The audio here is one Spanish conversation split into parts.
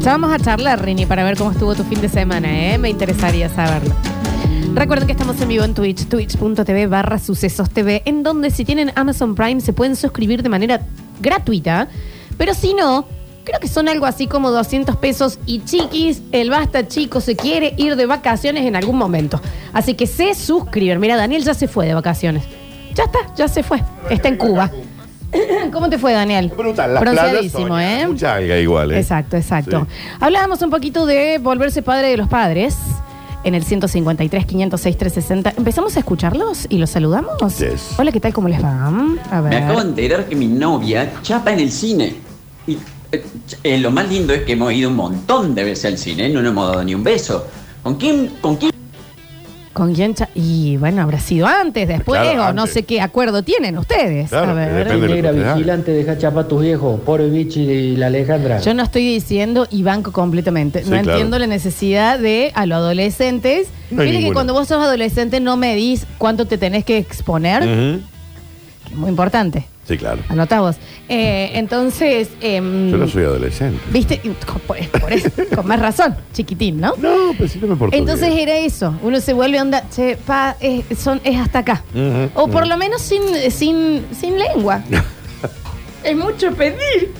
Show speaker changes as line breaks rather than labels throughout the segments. Ya vamos a charlar, Rini, para ver cómo estuvo tu fin de semana, ¿eh? Me interesaría saberlo. Recuerden que estamos en vivo en Twitch, twitch.tv barra sucesos TV, en donde si tienen Amazon Prime se pueden suscribir de manera gratuita, pero si no, creo que son algo así como 200 pesos y chiquis, el basta chico se quiere ir de vacaciones en algún momento. Así que se suscriben. Mira, Daniel ya se fue de vacaciones. Ya está, ya se fue. Está en Cuba. ¿Cómo te fue, Daniel?
Brutal, las playas.
Bronceadísimo,
son-
¿eh?
Mucha alga igual, ¿eh?
Exacto, exacto.
Sí.
Hablábamos un poquito de volverse padre de los padres en el 153, 506, 360. ¿Empezamos a escucharlos y los saludamos?
Yes.
Hola, ¿qué tal? ¿Cómo les va? A
Me
ver.
acabo de enterar que mi novia chapa en el cine. Y eh, ch- eh, lo más lindo es que hemos ido un montón de veces al cine, no nos hemos dado ni un beso. ¿Con quién? ¿Con quién?
¿Con quién? cha- Y bueno, habrá sido antes, después,
Claro,
o no
antes.
sé qué acuerdo tienen ustedes.
Claro, eh,
a ver.
depende de
Negra
lo que te hagan.
vigilante, deja chapa a tus viejos, pobre bichi y la Alejandra.
Yo no estoy diciendo y banco completamente.
Sí,
no
claro.
entiendo la necesidad de a los adolescentes.
No
Viste
hay
que
ninguna.
cuando vos sos adolescente no medís cuánto te tenés que exponer,
Ujú. Mm.
que es muy importante.
Sí, claro.
Anotá vos. Eh, entonces, em,
Yo no soy adolescente.
viste, Y con- por, por eso, con más razón, chiquitín, ¿no?
No, pero sí no me importa.
Entonces era eso, uno se vuelve onda, che, pa, es, son, es hasta acá.
Ujú,
o por lo menos sin, sin, sin lengua. es mucho pedir.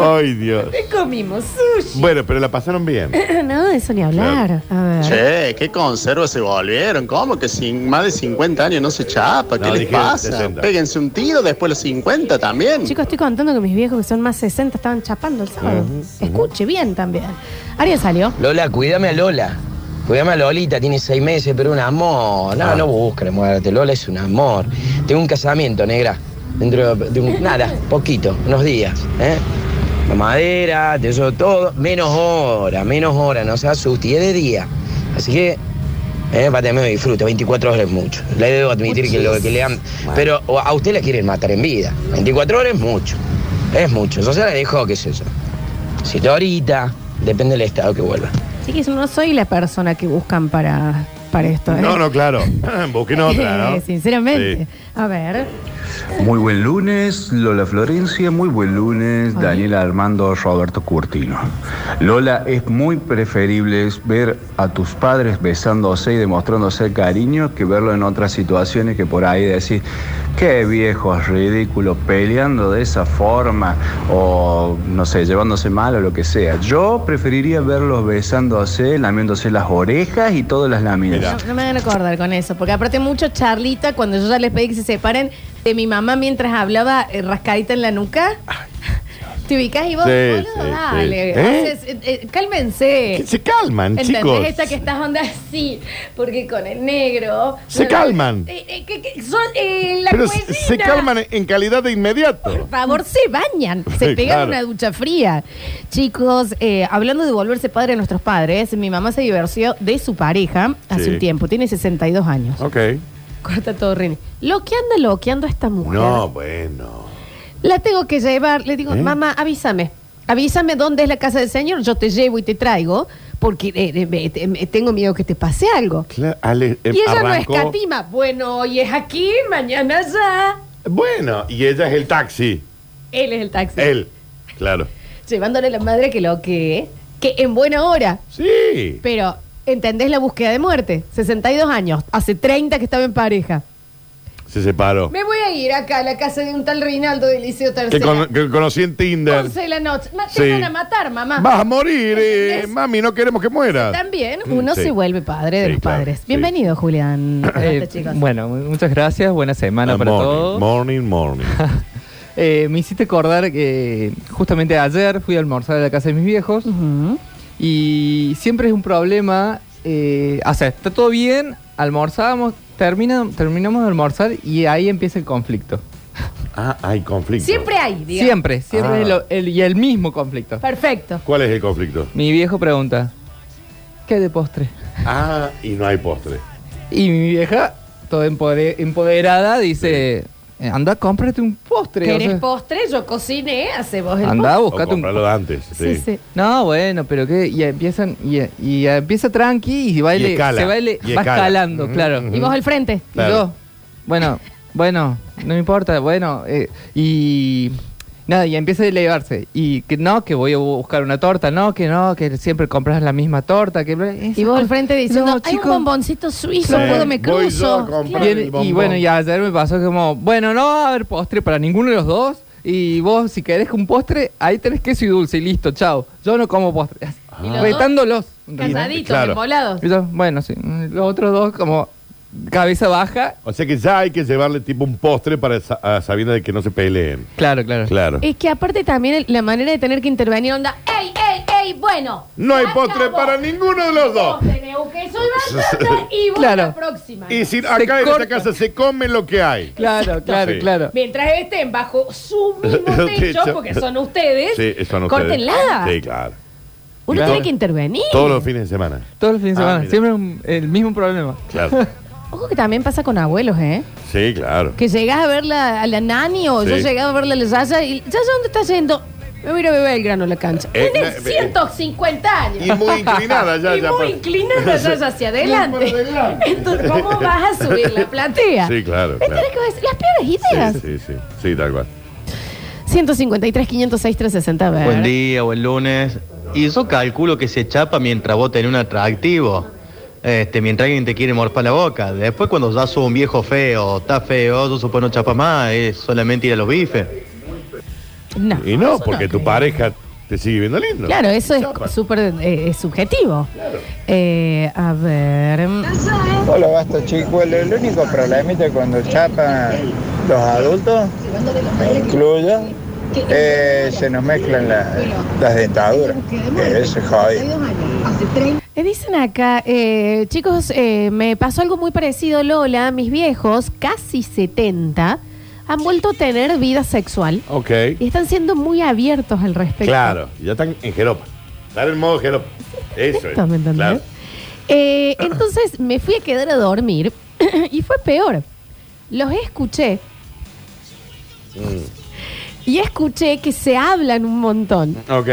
Ay, Dios.
¿Qué comimos? Sushi.
Bueno, pero la pasaron bien.
no, eso ni hablar. A ver.
Che, qué conservas se volvieron. ¿Cómo que sin más de 50 años no se chapa? ¿Qué
No,
les
dije
pasa?
60.
Péguense un tiro después los 50 también.
Chicos, estoy contando que mis viejos que son más 60 estaban chapando el sábado. Escuche bien también. Ariel salió.
Lola, cuídame a Lola. Cuídame a Lolita, tiene seis meses, pero un amor. No, no busques la muerte. Lola es un amor. Tengo un casamiento, negra. Dentro de un, nada, poquito, unos días. ¿eh? La madera, de eso todo. Menos hora, menos hora, no se asuste. Y es de día. Así que, eh, para tener disfruto, 24 horas es mucho. Le debo admitir que lo que le han. Pero o a usted la quieren matar en vida. 24 horas es mucho. Es mucho. Yo se la dejo, qué sé yo. Si no ahorita, depende del estado que vuelva.
Así que no soy la persona que buscan para, para esto. ¿eh?
No, no, claro. Busquen otra, ¿no?
Sinceramente. A ver.
Muy buen lunes, Lola Florencia, muy buen lunes,
Hola.
Daniel Armando, Roberto Curtino. Lola, es muy preferible ver a tus padres besándose y demostrándose cariño que verlo en otras situaciones que por ahí decís, qué viejos ridículos, peleando de esa forma o no sé, llevándose mal o lo que sea. Yo preferiría verlos besándose, lamiéndose las orejas y todas las láminas.
Mirá.
No, no me hagan acordar con eso, porque aparte mucho charlita cuando yo ya les pedí que se separen de mi mamá mientras hablaba eh, rascadita en la nuca. Te ubicás y vos,
Sí,
boludo,
sí, sí.
dale.
¿Eh?
haces- eh, eh, cálmense.
Que se calman,
¿Entendés?
chicos.
Esta que estás onda así, porque con el negro.
Se calman.
Eh, eh, que- que son, eh, la
Pero se,
cuecina.
se calman en calidad de
Por
inmediato.
favor, se bañan, se
Sí,
pegan
claro.
una ducha fría. Chicos, eh, hablando de volverse padre a nuestros padres, mi mamá se divorció de su pareja hace
Sí. Ah.
un tiempo, tiene 62 años.
Ok.
Corta todo, Rini. Lo que anda loqueando a esta mujer.
No, ¿Eh? bueno.
La tengo que llevar, le digo, mamá, avísame. Avísame dónde es la casa del señor, yo te llevo y te traigo, porque eh, eh, me- te- me- tengo miedo que te pase algo.
Cla- Ale, eh,
Y ella
arrancó-
no escatima. Bueno, hoy es aquí, mañana allá.
Bueno, y ella es el taxi.
Él es el taxi.
Él. Claro.
Llevándole a la madre que lo que... Que en buena hora.
Sí.
Pero, ¿entendés la búsqueda de muerte? 62 años, hace 30 que estaba en pareja.
Se separó.
Me voy a ir acá a la casa de un tal Reinaldo del Liceo
Que,
Tercera.
con- que conocí en Tinder.
11 de la noche. Ma-
Sí.
Te van a matar, mamá.
Vas a morir, eh,
¿Entendés?
mami, no queremos que mueras.
También
Mm,
uno
sí.
se vuelve padre de
Sí,
los
claro,
padres.
sí.
Bienvenido, Julián.
Eh,
Adelante, chicos.
bueno, muchas gracias, buena semana
Ah,
para
morning,
todos.
Morning, morning.
Eh, me hiciste acordar que justamente ayer fui a almorzar a la casa de mis viejos
Ujú.
y siempre es un problema, eh, o sea, está todo bien, almorzamos, termina, terminamos de almorzar y ahí empieza el conflicto.
Ah, hay conflicto.
Siempre hay, digamos.
Siempre, siempre
Ah.
es lo- el- y el mismo conflicto.
Perfecto.
¿Cuál es el conflicto?
Mi viejo pregunta, ¿qué hay de postre?
Ah, y no hay postre.
Y mi vieja, toda empode- empoderada, dice, eh, anda, cómprate un postre. o
¿Querés
sea,
postre? Yo cociné, hace vos el
anda,
postre.
O
Ah, buscate un
comprarlo de antes.
Sí,
Sí,
sí.
No, bueno, pero que y empiezan y, y empieza tranqui y baile,
Y escala,
se baile,
y
va
escala.
escalando,
Ujú,
claro.
Y vos al frente.
Y yo, bueno, bueno, no me importa, bueno, eh, y Nada, y empieza a elevarse. Y que no, que voy a buscar una torta, no, que no, que siempre compras la misma torta. Que...
Y vos al frente "Oh, diciendo,
No,
hay un
chico.
bomboncito suizo,
Sí,
puedo me
voy yo
cruzo.
a comprar
Y,
el
el- y
bombón.
bueno, y ayer me pasó como, bueno, no va a haber postre para ninguno de los dos. Y vos, si querés un postre, ahí tenés queso y dulce y listo, chao. Yo no como postre. Así,
Y los dos
Retándolos. ¿entendés?
Casaditos,
Claro.
embolados.
Y yo, bueno, sí. Mm, Los otros dos como cabeza baja.
O sea que ya hay que llevarle tipo un postre para sa- a sabiendas de que no se peleen.
Claro, claro.
Claro.
Es que aparte también el- la manera de tener que intervenir onda, ¡ey, ey, ey! Bueno.
No hay
se
postre
acabó.
para ninguno de los dos.
Postre de Uke, soy bastante, y vos
Claro.
la próxima.
Y si acá en
corta.
esta casa se come lo que hay.
Claro, claro,
Sí.
claro.
Mientras estén bajo su mismo techo,
Techo.
porque son ustedes,
Sí, son ustedes.
córtenla.
Sí, claro.
Uno
Claro.
tiene que intervenir.
Todos los fines de semana.
Todo el fin
Ah,
de semana.
mira.
Siempre un- el mismo problema.
Claro.
Ojo que también pasa con abuelos, ¿eh?
Sí, claro.
Que llegás a verla a la nani o
Sí.
yo llegaba a verla a la Yaya y ¿Yaya dónde estás yendo? Me voy a ir a beber el grano a la cancha.
Eh,
Tenés
eh,
150 años.
Y muy inclinada ya.
Y
ya
muy
pa-
inclinada Yaya hacia adelante. Entonces, ¿cómo vas a subir la platea?
Sí, claro,
¿Entendés
claro.
qué voy a decir? Las peores ideas.
Sí, sí, sí. Sí, tal cual.
153, 506, 360. a ver.
Buen día, buen lunes. Y yo calculo que se chapa mientras vos tenés un atractivo. Este, mientras alguien te quiere morfar la boca. Después cuando ya sos un viejo feo, está feo, yo supongo no chapa más, es solamente ir a los bifes.
No.
Y no,
eso
porque tu
creo.
pareja te sigue viendo lindo.
Claro, eso
Chapa.
es súper eh, subjetivo. Eh, a ver.
Hola, basta chico. El, el único problemita cuando chapan los adultos, me incluyo, eh, se nos mezclan la- las dentaduras. Eso es jodido.
Eh, dicen acá, eh, chicos, eh, me pasó algo muy parecido, Lola. Mis viejos, casi 70, han vuelto a tener vida sexual
Ok.
y están siendo muy abiertos al respecto.
Claro. Ya están en jeropa. Están en modo jeropa. Eso es.
Perfecto, ¿me entendés?
Claro.
Eh, entonces me fui a quedar a dormir y fue peor. Los escuché.
Mm.
Y escuché que se hablan un montón.
Ok.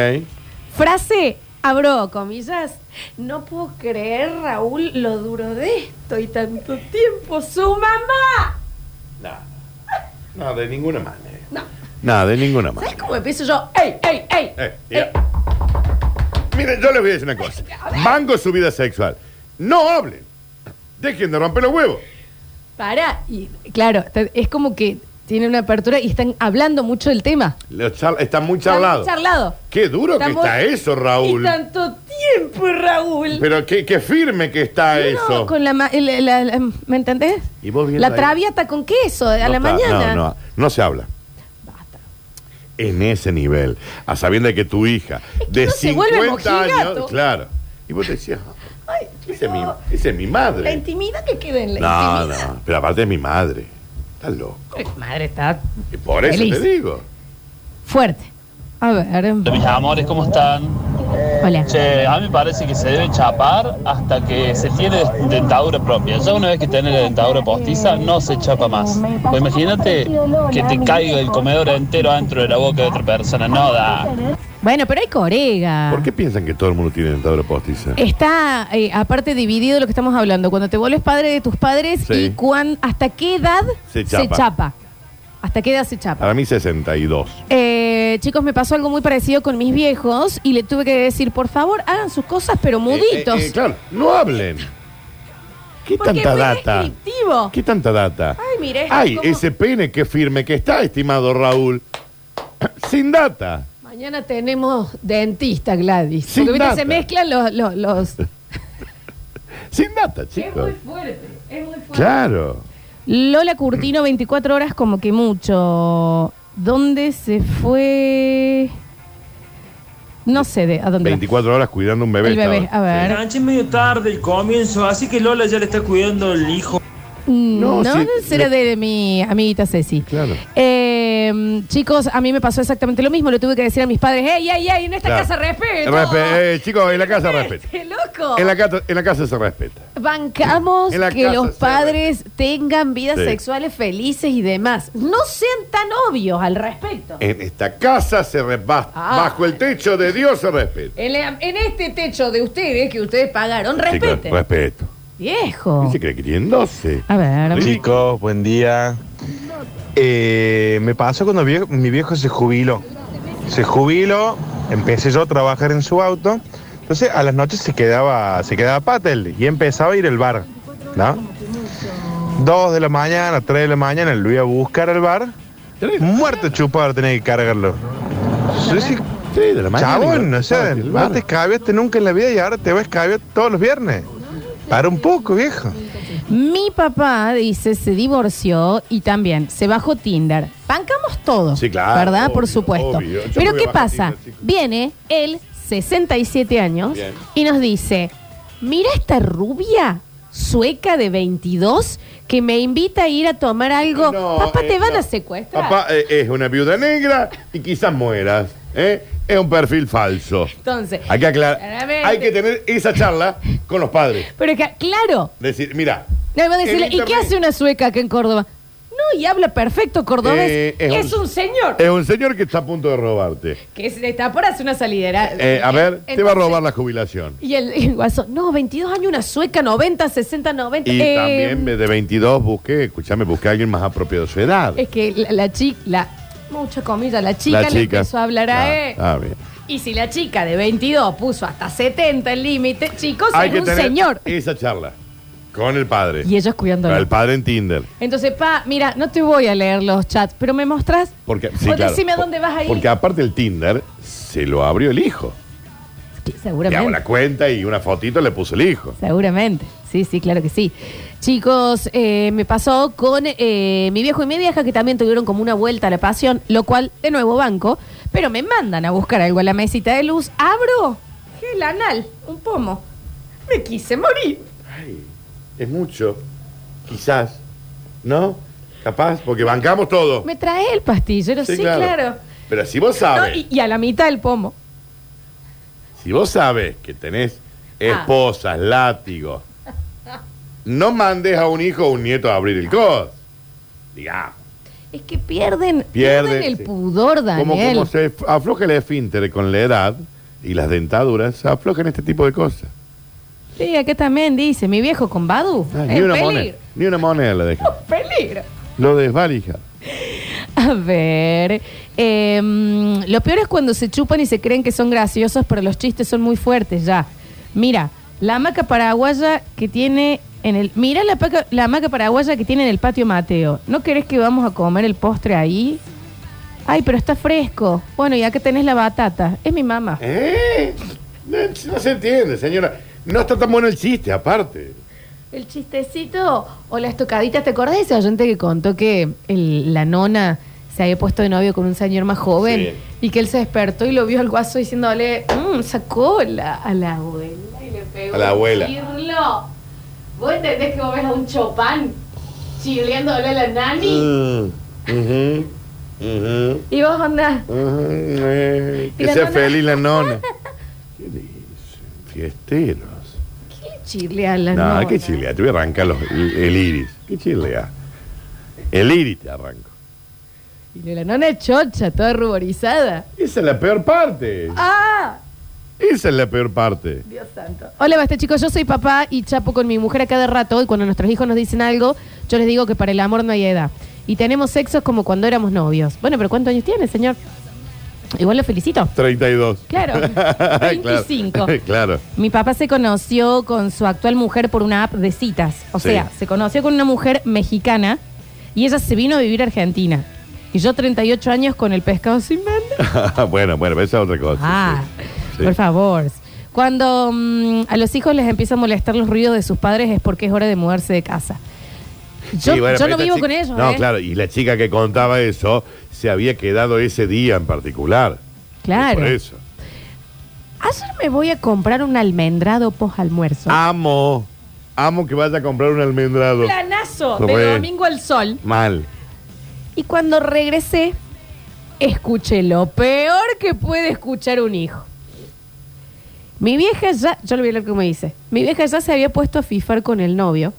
Frase, abro comillas. No puedo creer, Raúl, lo duro de esto y tanto tiempo. ¡Su mamá!
No. No, de ninguna manera.
No.
No, de ninguna
¿Sabes
manera.
cómo empiezo yo? ¡Ey, ey, ey!
Eh,
ey!
mira. Miren, yo les voy a decir una cosa. Banco su vida sexual. No hablen. Dejen de romper los huevos.
Para, y claro, te- es como que tiene una apertura y están hablando mucho del tema.
Lo char- está muy charlado.
Están charlado.
Qué duro
Estamos-
que está eso, Raúl.
Y tanto tiempo, Raúl.
Pero qué, qué firme que está
No,
eso.
con la, ma- el- el- la- la- ¿Me entendés?
Y vos viendo
la
ahí.
traviata con queso a
No
la
está-
mañana.
No, no, no se habla. En ese nivel, a sabiendas que tu hija
Es que
de
uno se vuelve
50
mojigato.
años, claro. Y vos decías,
Ay,
esa es mi,
no.
esa es mi
La
madre.
intimidad que queda en la
No,
intimidad.
no, pero aparte es mi madre. Estás loco.
Ay, Madre, está
Y por eso
Feliz.
te digo.
fuerte. A ver.
Mis amores, ¿cómo están?
Hola.
Che, a mí me parece que se debe chapar hasta que se tiene dentadura propia. Ya una vez que tenés la dentadura postiza, no se chapa más. Pues imagínate que te caiga el comedor entero dentro de la boca de otra persona. No da.
Bueno, pero hay corega.
¿Por qué piensan que todo el mundo tiene dentadura postiza?
Está, Ah. eh, aparte, dividido lo que estamos hablando. Cuando te vuelves padre de tus padres
Sí.
y cuán, hasta qué edad
Se chapa.
Hasta qué edad se chapa.
Para mí 62.
Eh, chicos, me pasó algo muy parecido con mis viejos y le tuve que decir, por favor, hagan sus cosas, pero muditos.
Eh, eh, eh, claro, no hablen. ¿Qué
Porque
tanta
fue
data?
descriptivo.
¿Qué tanta data?
Ay, mire, esto
Ay,
como-
ese pene que firme que está, estimado Raúl. Sin data.
Mañana tenemos dentista, Gladys.
Sin
Porque viste,
data.
se mezclan los. los, los-
Sin data, chicos.
fuerte, es muy fuerte.
Claro.
Lola Curtino,
Mm.
24 horas, como que mucho. ¿Dónde se fue? No sé de a dónde. va.
24 horas cuidando un bebé.
El bebé,
estaba.
a ver.
Anche medio tarde el comienzo, así que Lola ya le está cuidando el hijo.
No,
No, sí,
será
le-
de mi amiguita Ceci.
Claro.
Eh, chicos, a mí me pasó exactamente lo mismo. Le tuve que decir a mis padres: ¡Ey, ey, ey! En esta
Claro.
casa respeto.
Respe- eh, chicos, en la casa respeta.
¡Qué loco!
En la, casa, en la casa se respeta.
Bancamos
En la
que
casa
los
se
padres tengan vidas
Sí.
sexuales felices y demás. No sean tan obvios al respecto.
En esta casa se respeta.
Ah.
Bajo el techo de Dios se respeta.
En, la- en este techo de ustedes que ustedes pagaron, respeten.
Chicos, respeto.
Viejo. Ah.
¿Quién se cree que tienen 12?
A ver.
Sí.
Chicos, buen día.
Eh, me pasó cuando vie- mi viejo se jubiló. Se jubiló, empecé yo a trabajar en su auto. Entonces a las noches se quedaba, se quedaba patel y empezaba a ir al bar. ¿no? Dos de la mañana, tres de la mañana, lo iba a buscar al bar. Muerto chupado tenía que cargarlo. Yo decía,
de la mañana
Chabón,
iba
o sea,
al
no
bar.
te escabiaste nunca en la vida y ahora te vas a escabiar todos los viernes. Para un poco, viejo.
Mi papá dice se divorció y también se bajó Tinder. Bancamos todo.
Sí, claro,
¿Verdad? Por
obvio,
supuesto.
obvio. Yo
Pero
me
¿qué
bajé
pasa?
Tinder, chicos.
Viene él, 67 años,
Bien.
y nos dice, mira esta rubia sueca de 22 que me invita a ir a tomar algo. Papá,
eh,
te van
no.
a secuestrar.
Papá eh, es una viuda negra y quizás mueras. ¿eh? Es un perfil falso.
Entonces,
Hay que aclarar.
Claramente.
Hay que tener esa charla con los padres.
pero es que, claro,
Decir, mira,
le va a decirle,
En
¿y qué
internet.
hace una sueca acá en Córdoba? No, y habla perfecto cordobés.
Eh,
es, un, señor
es Eh. un señor que está a punto de robarte.
que se está por hacer una salidera.
Eh, a ver, te va a
Entonces-
robar la jubilación.
Y el, y el guasón, no, 22 años, una sueca, 90, 60, 90.
Y
eh,
también de 22 busqué, escúchame, busqué a alguien más apropiado de su edad.
Es que la, chica, la, mucha comida, la Eh, chica,
La
le
chica.
empezó a hablar a él.
Ah, bien.
Y si la chica de 22 puso hasta 70 el límite, chicos, es un señor.
esa charla con el padre.
Y ellos cuidándolo.
Con el padre en Tinder.
Entonces, pa, mira, no te voy a leer los chats, pero me mostras.
Porque, sí,
O
claro.
decime a dónde vas a ir.
Porque aparte el Tinder se lo abrió el hijo. Le hago
Seguramente.
una cuenta y una fotito le puso el hijo.
Seguramente. Sí, sí, claro que sí. Chicos, eh, me pasó con eh, mi viejo y mi vieja que también tuvieron como una vuelta a la pasión, lo cual, de nuevo, banco. Pero me mandan a buscar algo a la mesita de luz. Abro gel anal, un pomo. Me quise morir.
Es mucho. Quizás. ¿No? Capaz, porque bancamos todo.
Me trae el pastillero, sí,
Sí,
claro.
claro. Pero si vos
No,
sabes,
y, y a la mitad del pomo.
si vos sabes que tenés
Ah.
esposas, látigos, no mandes a un hijo o un nieto a abrir el cos. Digamos.
Es que pierden,
Pierde,
pierden el
sí.
pudor,
Como,
Daniel.
como se afloja el esfínter con la edad y las dentaduras, se aflojan este tipo de cosas.
Sí, acá también dice, mi viejo con Badu.
Ah,
es
ni una moneda.
peligro. ¡Oh,
Ni una moneda le deja.
Peligro.
Lo desvalija.
A ver, eh, mm, lo peor es cuando se chupan y se creen que son graciosos, pero los chistes son muy fuertes ya. Mira, la hamaca paraguaya que tiene en el... Mira la, paca- la hamaca paraguaya que tiene en el patio Mateo. ¿No querés que vamos a comer el postre ahí? Ay, pero está fresco. Bueno, y acá tenés la batata. Es mi mamá.
¿Eh? No, no se entiende, señora. No está tan bueno el chiste, aparte.
El chistecito o las tocaditas, ¿te acordás de ese oyente que contó que el- la nona se había puesto de novio con un señor más joven y que él se despertó y lo vio al guaso diciéndole, mmm, sacó la, a la abuela y le pegó
A la
un
abuela.
chirlo"? ¿Vos entendés que vos ves a un chopán chirleándole a la nani?
Mm, ujú, ujú,
Y vos andás,
ujú, eh,
¿Y
Que
la
sea
nona?
feliz la nona. ¿Qué dicen? Fiesteros.
¿qué le chirlea a la
No,
nona?
¿qué chilea? Te voy a arrancar los- el, el iris. ¿Qué chilea? El iris te arranco.
Y la nona es chocha, toda ruborizada.
Esa es la peor parte.
¡Ah!
Esa es la peor parte.
Dios santo. Hola, basta chicos, yo soy papá y chapo con mi mujer a cada rato y cuando nuestros hijos nos dicen algo, yo les digo que para el amor no hay edad. Y tenemos sexos como cuando éramos novios. Bueno, pero ¿cuántos años tiene, señor? Igual lo felicito.
32.
Claro. 25.
claro.
Mi papá se conoció con su actual mujer por una app de citas. O
Sí.
sea, se conoció con una mujer mexicana y ella se vino a vivir a Argentina. Y yo 38 años con el pescado sin mano.
bueno, bueno, esa es otra cosa.
Ah,
sí.
por favor. Cuando mm, a los hijos les empieza a molestar los ruidos de sus padres es porque es hora de mudarse de casa. Yo,
Sí, bueno,
yo
pero
no
esta
vivo
chica-
con ellos.
No,
¿eh?
claro, y la chica que contaba eso se había quedado ese día en particular.
Claro.
Por eso.
Ayer me voy a comprar un almendrado post almuerzo.
Ah, Amo, amo que vaya a comprar un almendrado.
Planazo de
Re.
domingo al sol.
Mal.
Y cuando regresé, escuché lo peor que puede escuchar un hijo. Mi vieja ya, yo le voy a leer como dice, mi vieja ya se había puesto a fifar con el novio.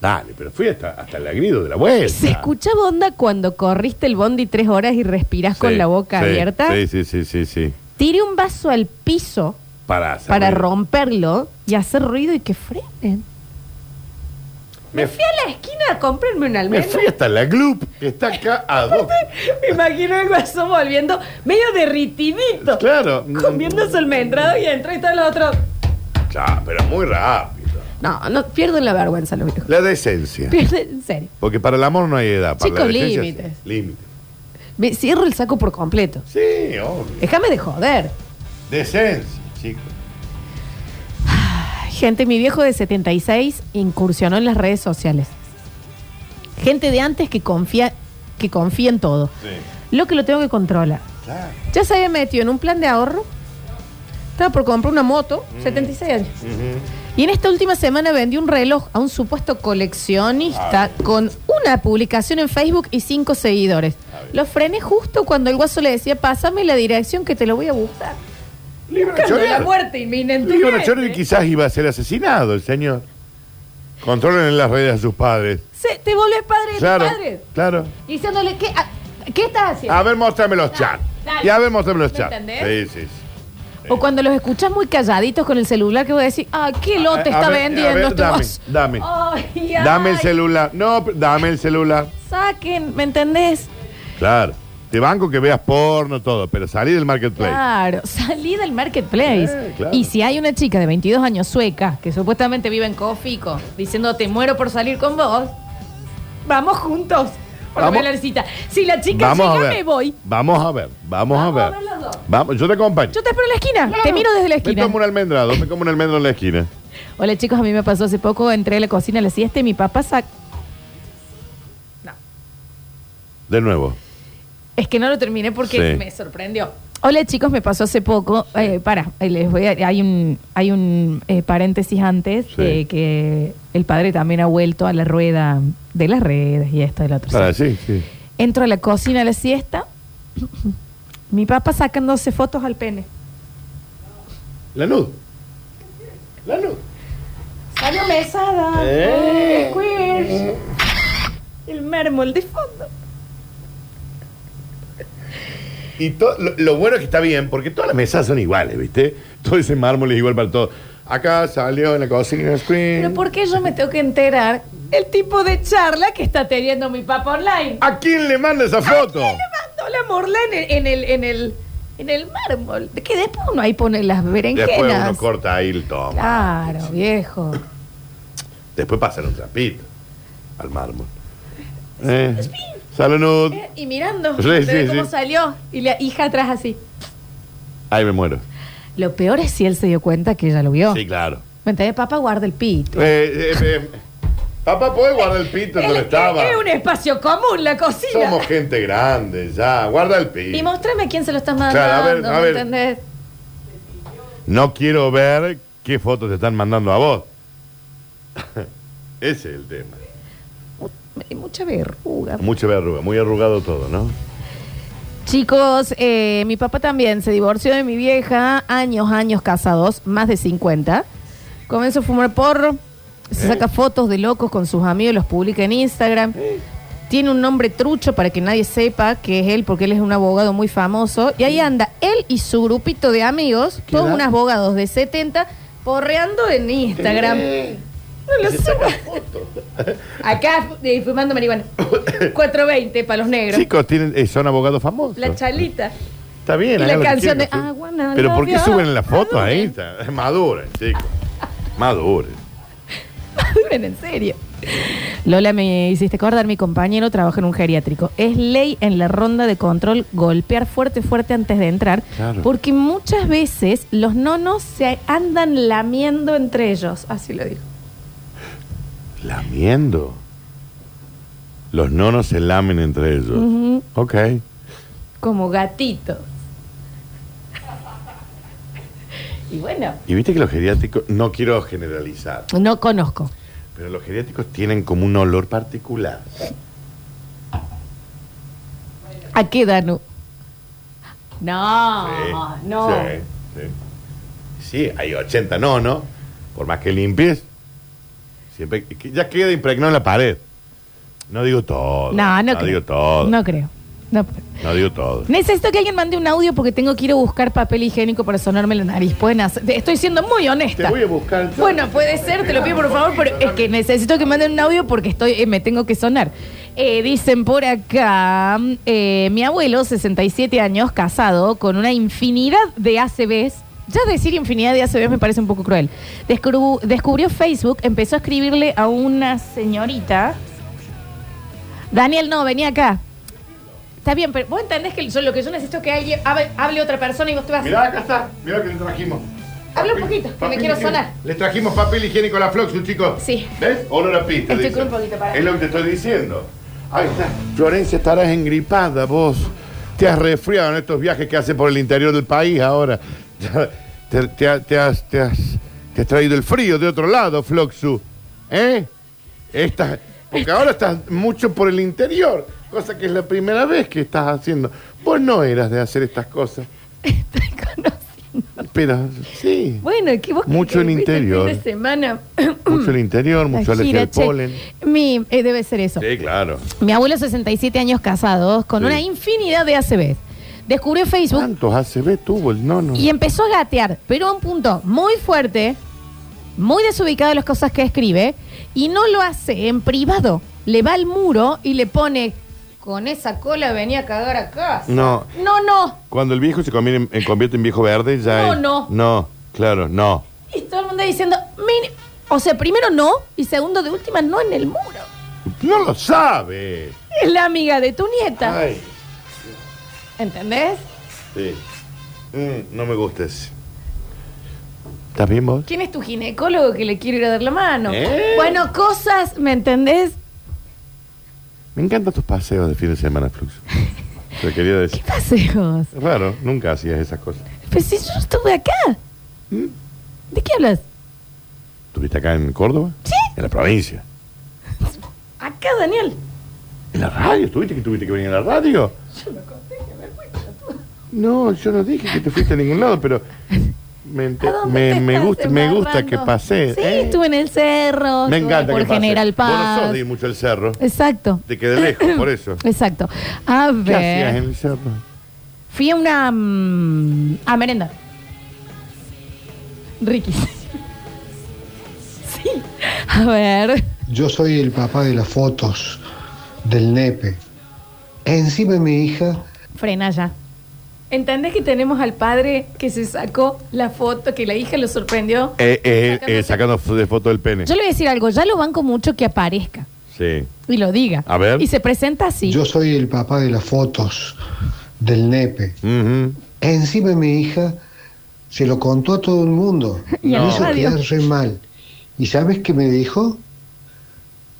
Dale, pero fui hasta, hasta el agrido de la vuelta.
¿Se escuchaba onda cuando corriste el bondi tres horas y respirás
Sí,
con la boca
sí,
abierta?
Sí, sí, sí, sí, sí.
Tiré un vaso al piso
Para hacer
para
ruido.
romperlo y hacer ruido y que frenen. Me fui a la esquina a comprarme un
Me
almendra.
fui hasta la Gloop, que está acá a dos.
Me imagino el guaso volviendo medio derritidito.
Claro.
Comiendo su almendrado y entra y todo lo otro.
Ya, pero muy rápido.
No, no, pierden la vergüenza los viejos.
La decencia.
Pierden, en serio.
Porque para el amor no hay edad. Para la
Chicos,
decencia,
límites.
sí. Límites.
Me cierro el saco por completo.
Sí, obvio.
Déjame de joder.
Decencia, chicos.
Gente, mi viejo de 76 incursionó en las redes sociales. Gente de antes que confía, que confía en todo. Lo que lo tengo que controlar.
Claro.
Ya se había metido en un plan de ahorro. Estaba por comprar una moto, 76 años. Y en esta última semana vendió un reloj a un supuesto coleccionista con una publicación en Facebook y cinco seguidores. Lo frené justo cuando el guaso le decía, pásame la dirección que te lo voy a buscar.
Libre
Buscando la muerte inminente.
Libre Chorel quizás iba a ser asesinado el señor. Controlen en las redes a sus padres.
Se- te volvés padre de
Claro,
tus padres.
claro.
Diciéndole, ¿qué, a- ¿qué estás haciendo?
A ver, mostrame los chats.
dale.
Y a ver, mostrame los
¿Me
chats. Sí,
entendés?
sí, sí.
O cuando los escuchas muy calladitos con el celular, que vos decís, ah, qué lote
A- a
está
ver, a
vendiendo
ver,
este
dame,
guaso?
dame.
Ay, ay,
Dame el celular. No, pero dame el celular.
Saquen, ¿me entendés?
Claro. Te banco que veas porno, todo, pero salí del marketplace.
Claro, salí del marketplace.
Eh, claro.
Y si hay una chica de 22 años sueca que supuestamente vive en Cofico diciendo te muero por salir con vos, vamos juntos. Por
Vamos.
la cita. Si la chica
vamos
llega,
a ver.
me voy.
Vamos a ver. Vamos, a ver.
los dos.
Vamos, yo te acompaño.
Yo te espero en la esquina, te miro desde la
Me
esquina.
como un almendrado, me como un almendro en la esquina.
Hola chicos, a mí me pasó hace poco, entré a la cocina a la siesta y mi papá sac...
De nuevo.
Es que no lo terminé porque
Sí.
me sorprendió. Hola chicos, me pasó hace poco. eh, para, eh, les voy a- hay un, hay un eh, paréntesis antes
Sí.
eh, que el padre también ha vuelto a la rueda de las redes y esto y lo otro.
Ah, sí, sí.
Entro a la cocina a la siesta. Mi papá sacándose fotos al pene.
La luz. La luz.
Salió mesada.
Eh.
Squish. El mármol de fondo.
Y to- lo, lo bueno es que está bien, porque todas las mesas son iguales, ¿viste? Todo ese mármol es igual para todos. Acá salió en la cocina screen.
Pero ¿por qué yo me tengo que enterar el tipo de charla que está teniendo mi papá online?
¿A quién le manda esa foto?
Mandó la morla en el, en el, en el, en el mármol. Que después uno ahí pone las
Después uno
berenjenas.
corta ahí el tomo.
Claro, viejo.
Después pasan un trapito al mármol. Eh, salud.
Eh, Y mirando
Sí,
se
sí,
ve cómo
sí.
salió. Y la hija atrás así.
Ahí me muero.
Lo peor es si él se dio cuenta que ella lo vio.
Sí, claro.
¿Me entendés? Papá guarda el pito.
Eh, eh, eh, papá, ¿podés guardar el pito donde
Es-
estaba?
Es un espacio común la cocina.
Somos gente grande, ya. Guarda el pito.
Y mostrame a quién se lo estás mandando,
Claro, a ver, a
¿me
ver.
entendés?
No quiero ver qué fotos te están mandando a vos. Ese es el tema.
Hay mucha verruga.
Mucha verruga, muy arrugado todo, ¿no?
Chicos, eh, mi papá también se divorció de mi vieja, años, años casados, más de 50. Comenzó a fumar porro, se saca fotos de locos con sus amigos, los publica en Instagram. Tiene un nombre trucho para que nadie sepa que es él, porque él es un abogado muy famoso. Y ahí anda él y su grupito de amigos, todos
edad?
unos abogados de 70, porreando en Instagram. No lo suba. Acá eh, fumando marihuana. 420 para los negros.
Chicos, tienen, eh, son abogados famosos.
La chalita.
Está bien,
Y
hagan
la
lo que
canción de
quieran, sí.
I wanna
Pero
love Ah,
¿por qué
you.
suben las fotos ahí? eh, Maduren, chicos. Maduren.
Maduren, en serio. Lola, me hiciste acordar, mi compañero trabaja en un geriátrico. Es ley en la ronda de control golpear fuerte, fuerte antes de entrar,
Claro.
porque muchas veces los nonos se andan lamiendo entre ellos, así lo dijo.
Lamiendo. Los nonos se lamen entre ellos.
Ujú.
Ok.
Como gatitos. y bueno,
Y viste que los geriátricos, no quiero generalizar,
no conozco.
pero los geriátricos tienen como un olor particular.
¿A qué Danu? No,
Sí,
Ah, no.
Sí, sí. Sí, hay 80 no, ¿no? Por más que limpies, siempre que ya queda impregnado en la pared. No digo todo.
No, no
digo
creo.
todo.
No creo. No.
No digo todo.
Necesito que alguien mande un audio porque tengo que ir a buscar papel higiénico para sonarme la nariz. Pueden hacer- te- Estoy siendo muy honesta.
Te voy a buscar.
Bueno, puede ser, te lo pido por favor, pero es que necesito que manden un audio porque estoy, eh, me tengo que sonar. Eh, dicen por acá, eh, mi abuelo, 67 años, casado, con una infinidad de ACBs. Ya decir infinidad de ACBs me parece un poco cruel. Descubru- descubrió Facebook, empezó a escribirle a una señorita. Daniel, no, venía acá. Está bien, pero vos entendés que yo- lo que yo necesito es que alguien hable, hable otra persona y vos te vas
Mirá, acá está. Mirá que le trajimos. eh,
Habla un poquito, que me quiero sonar.
Les trajimos papel higiénico a la Floxu, chicos.
Sí.
¿Ves? Olor a pista.
Estoy
dice.
con un poquito para.
Es lo que te estoy diciendo. Ahí está. Florencia, estarás engripada vos. Te has resfriado en estos viajes que haces por el interior del país ahora. Te, te ha- te has, te has- te has traído el frío de otro lado, Floxu. ¿Eh? Estás- porque ahora estás mucho por el interior, cosa que es la primera vez que estás haciendo. Vos no eras de hacer estas cosas. Estoy conociendo. Pero sí,
Bueno, que vos
Mucho
que
en
fuiste el
interior.
fin de semana.
mucho el interior, mucho
La gira,
alergia al
che.
polen.
Mi, eh, debe ser eso.
Sí, claro.
Mi abuelo, 67 años casados, con
Sí.
una infinidad de ACBs. Descubrió Facebook
¿Cuántos ACB tuvo el nono?
y em- empezó a gatear, pero a un punto muy fuerte, muy desubicado de las cosas que escribe, y no lo hace en privado. Le va al muro y le pone, con esa cola venía a cagar acá.
No,
No, no.
cuando el viejo se conviene- eh, convierte en, viejo verde, ya
No,
es-
no.
No, claro, no.
Y todo el mundo diciendo, "Mini-". o sea, primero no, y segundo, de última, no en el muro.
No lo sabe.
Es la amiga de tu nieta.
Ay,
¿Entendés?
sí. Mm, no me gustes. ¿Estás bien vos?
¿Quién es tu ginecólogo que le quiero ir a dar la mano?
¿Eh?
Bueno, cosas, ¿me entendés?
Me encantan tus paseos de fin de semana, Flux. Te quería decir.
Paseos.
Es Raro, nunca hacías esas cosas.
Pero Pues si yo estuve acá. ¿Mm? ¿De qué hablas?
¿Estuviste acá en Córdoba? Sí. En la provincia.
Acá, Daniel.
¿En la radio? ¿Estuviste que tuviste que venir a la radio? No, yo no dije que te fuiste a ningún lado, pero me, ente-
¿A dónde
Eh, me,
te
me
estás
gusta, me gusta
embarrando?
que pase. ¿eh?
Sí, estuve en el cerro. estuve
Me encanta
Por
que pase.
General
Vos no sos
Paz.
de ir mucho al cerro.
Exacto.
Te quedé lejos, por eso.
Exacto. A
¿Qué hacías
ver.
en el cerro?
Fui a una. mm, a merenda. Ricky. sí. A ver.
Yo soy el papá de las fotos del nepe. Encima mi hija
Frena ya. ¿Entendés que tenemos al padre que se sacó la foto, que la hija lo sorprendió?
Eh, eh, eh, sacando f- de foto del pene.
Yo le voy a decir algo, ya lo banco mucho que aparezca
Sí.
y lo diga.
A ver.
Y se presenta así.
Yo soy el papá de las fotos del nepe. Encima mi hija se lo contó a todo el mundo.
Y
Me
a la
hizo
radio.
quedar re mal. ¿Y sabes qué me dijo?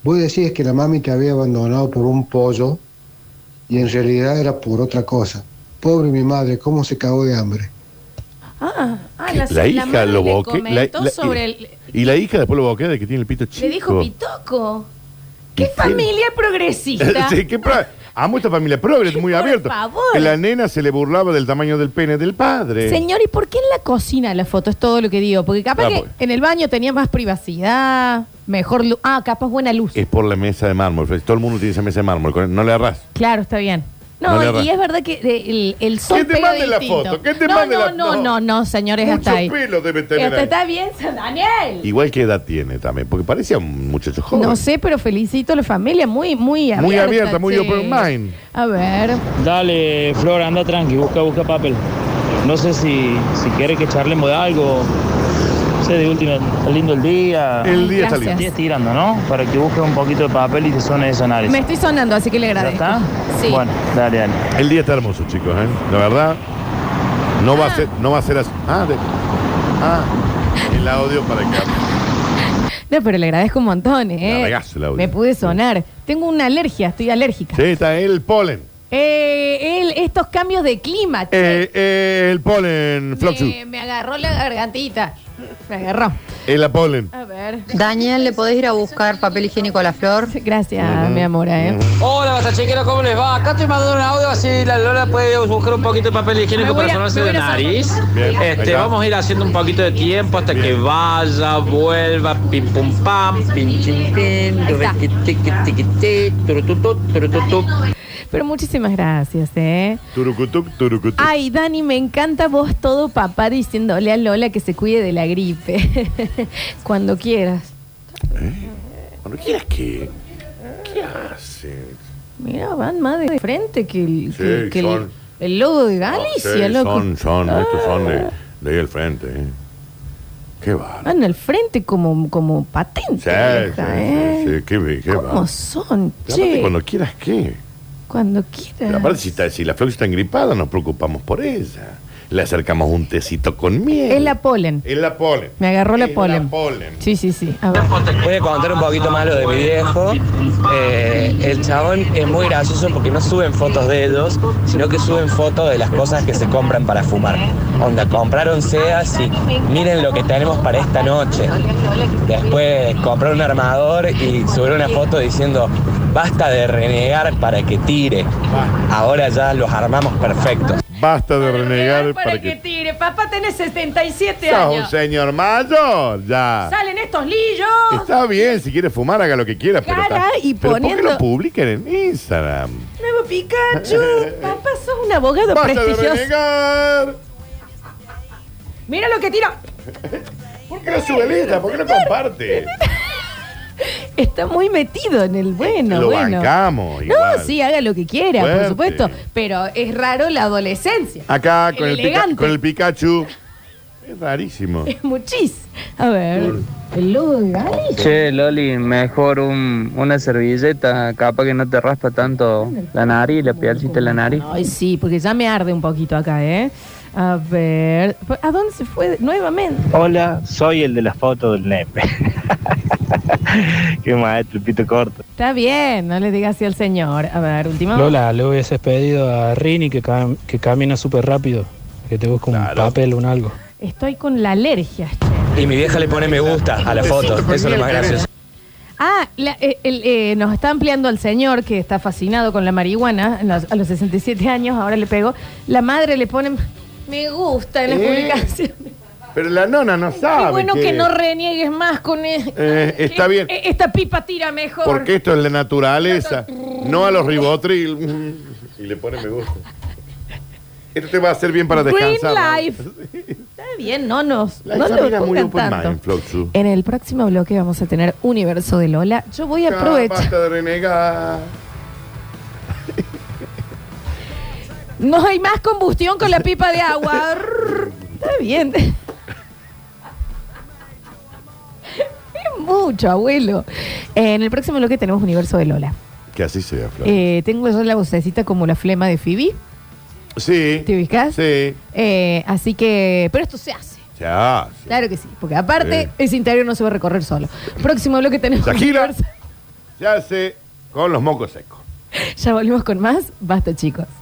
Vos decías que la mami te había abandonado por un pollo y en realidad era por otra cosa. Pobre mi madre, cómo se cagó de hambre.
Ah, ah,
La, hija
madre
lo
le
boquea. la-
comentó
la-
sobre
y,
el-
y la hija después lo boquea de que tiene el pito chico.
Le dijo Pitoco. ¡Qué familia progresista!
Eh, Sí, qué pro- Amo esta familia progres, muy abierta.
favor.
Que la nena se le burlaba del tamaño del pene del padre.
Señor, ¿y por qué en la cocina la foto? Es todo lo que digo. Porque capaz
Ah,
que
porque-
en el baño tenía más privacidad, mejor luz. Ah, capaz buena luz.
Es por la mesa de mármol. Flor. Todo el mundo tiene esa mesa de mármol. con- No le arras.
Claro, está bien.
No
No,
le agarra.
y es verdad que de- el, el sol
Que te
pega
mande la
distinto.
foto, que te
no,
mande
no,
la-
no, no, no, señores,
Mucho
hasta ahí.
pelo debe tener.
Hasta
ahí.
está bien, San Daniel.
Igual que edad tiene también, porque parecía un muchacho joven.
No sé, pero felicito a la familia, muy, muy abierta.
Muy abierta, muy
che.
open mind.
A ver.
Dale, Flor, anda tranqui, busca, busca papel. No sé si, si quiere que charlemos de algo. No sé, de última, está lindo el día.
El día está Gracias. lindo.
El día está tirando, ¿no? Para que busques un poquito de papel y te suene esa nariz.
Me estoy sonando, así que le agradezco. Sí.
Bueno, dale, dale.
El día está hermoso, chicos, ¿eh? La verdad, no va a ser, no va a ser así. Ah, de- ah, el audio para que
No, pero le agradezco un montón, ¿eh?
Largazo el audio.
Me pude sonar. Tengo una alergia, estoy alérgica.
Sí, está el polen.
Eh, el- estos cambios de clima, che,
Eh, eh, el polen, Floxu.
me, me agarró la gargantita. Me agarró.
El la polen.
A ver.
Daniel, ¿le podés ir a buscar papel higiénico a la flor?
Gracias, mi amor, ¿eh?
Hola, bastachequeros, ¿cómo les va? Acá estoy mandando un audio así la Lola puede buscar un poquito de papel
Me
higiénico
voy
para
a-
sonarse
me
de
voy a sonar.
nariz.
Bien,
Este,
venga.
vamos a ir haciendo un poquito de tiempo hasta que vaya, vuelva, pim pum pam, pim chim pim,
Ahí está.
turriqui, tiqui, tiqui, ti, turututut, turututut.
Pero muchísimas Muchísimas gracias, ¿eh?
Turucutuc, turucutuc.
Ay, Dani, me encanta vos todo papá diciéndole a Lola que se cuide de la gripe. Cuando quieras.
Cuando quieras que. ¿Qué haces?
Mira, van más de frente que el,
Sí,
que- que el-
son.
el logo de
Ah, Sí,
Galicia, loco.
son, son,
Ah,
estos son de, de ahí al frente. ¿eh? Qué va.
Van al frente como, como patente.
Sí, sí,
vieja, ¿eh?
sí, sí, qué, qué
¿Cómo
va.
son?
Y aparte,
Che,
cuando quieras, ¿qué?
cuando
Pero
quieras.
aparte, si, está, si la flor está engripada, nos preocupamos por ella. Le acercamos un tecito con miel.
Es la polen.
Es la polen.
Me agarró la
Es la
polen.
polen.
Sí, sí, sí. A ver.
Voy a contar un poquito más lo de mi viejo. Eh, el chabón es muy gracioso porque no suben fotos de ellos, sino que suben fotos de las cosas que se compran para fumar. Onda, compraron seas y miren lo que tenemos para esta noche. Después compraron un armador y subieron una foto diciendo, basta de renegar para que tire. Ahora ya los armamos perfectos.
Basta de renegar para que.
tire, papá tenés 77
Sos un señor mayor, ya.
Salen estos lillos.
Está bien, si quiere fumar, haga lo que quiera. Pero,
Cara,
está-
y
pero ¿por qué
poniendo-
lo publican en Instagram?
Nuevo Pikachu. Papá, sos un abogado
Basta de
prestigioso. Mira lo que tira.
¿Por qué no sube lista? ¿Por qué no comparte?
Está muy metido en el bueno.
Lo
bueno.
bancamos,
No,
igual.
sí, haga lo que quiera, por
Fuerte. Ah.
supuesto. Pero es raro la adolescencia.
Acá con
El
el, pica-
elegante.
con el Pikachu. Es rarísimo.
Es muchis. A ver. El logo de Gali.
Che, Loli, mejor un- una servilleta, capaz que no te raspa tanto la nariz, la pielcita de la nariz.
Ay, sí, porque ya me arde un poquito acá, ¿eh? A ver. ¿A dónde se fue nuevamente?
Hola, soy el de las fotos del nepe. Qué maestro, pito corto.
Está bien, no le digas así al señor. A ver, última.
Lola, le hubieses pedido a Rini que, cam- que camina súper rápido, que te busque un papel o un algo.
Estoy con la alergia.
Y mi vieja le pone me gusta a la foto, eso es lo más gracioso.
Ah, la- eh, el, eh, nos está ampliando al señor que está fascinado con la marihuana en los- a los 67 años, ahora le pego. La madre le pone me gusta en las
¿Eh?
publicaciones.
Pero la nona no sabe.
Qué bueno que,
que-
no reniegues más con e-
Eh, está bien.
e- Esta pipa tira mejor.
Porque esto es la naturaleza. No a los ribotril. Y le pone me gusta. Esto te va a hacer bien para
Green
descansar.
Life. Está bien, no nos.
La
no
hija
lo
mira muy
pongan
open
tanto.
mind, Floxu.
En el próximo bloque vamos a tener Universo de Lola. Yo voy a
Ya,
aprovechar.
Basta de renegar.
No hay más combustión con la pipa de agua. Rrr, Está bien. Es mucho, abuelo. Eh, en el próximo bloque tenemos Universo de Lola.
Que así sea, Flor.
Eh, tengo yo la vocecita como la flema de Phoebe.
sí.
¿Te ubicás?
Sí.
Eh, así que, pero esto se hace.
Ya.
Claro que sí, porque aparte
Sí.
ese interior no se va a recorrer solo. Próximo bloque tenemos.
Shakira. Se hace con los mocos secos.
Ya volvemos con más. Basta, chicos.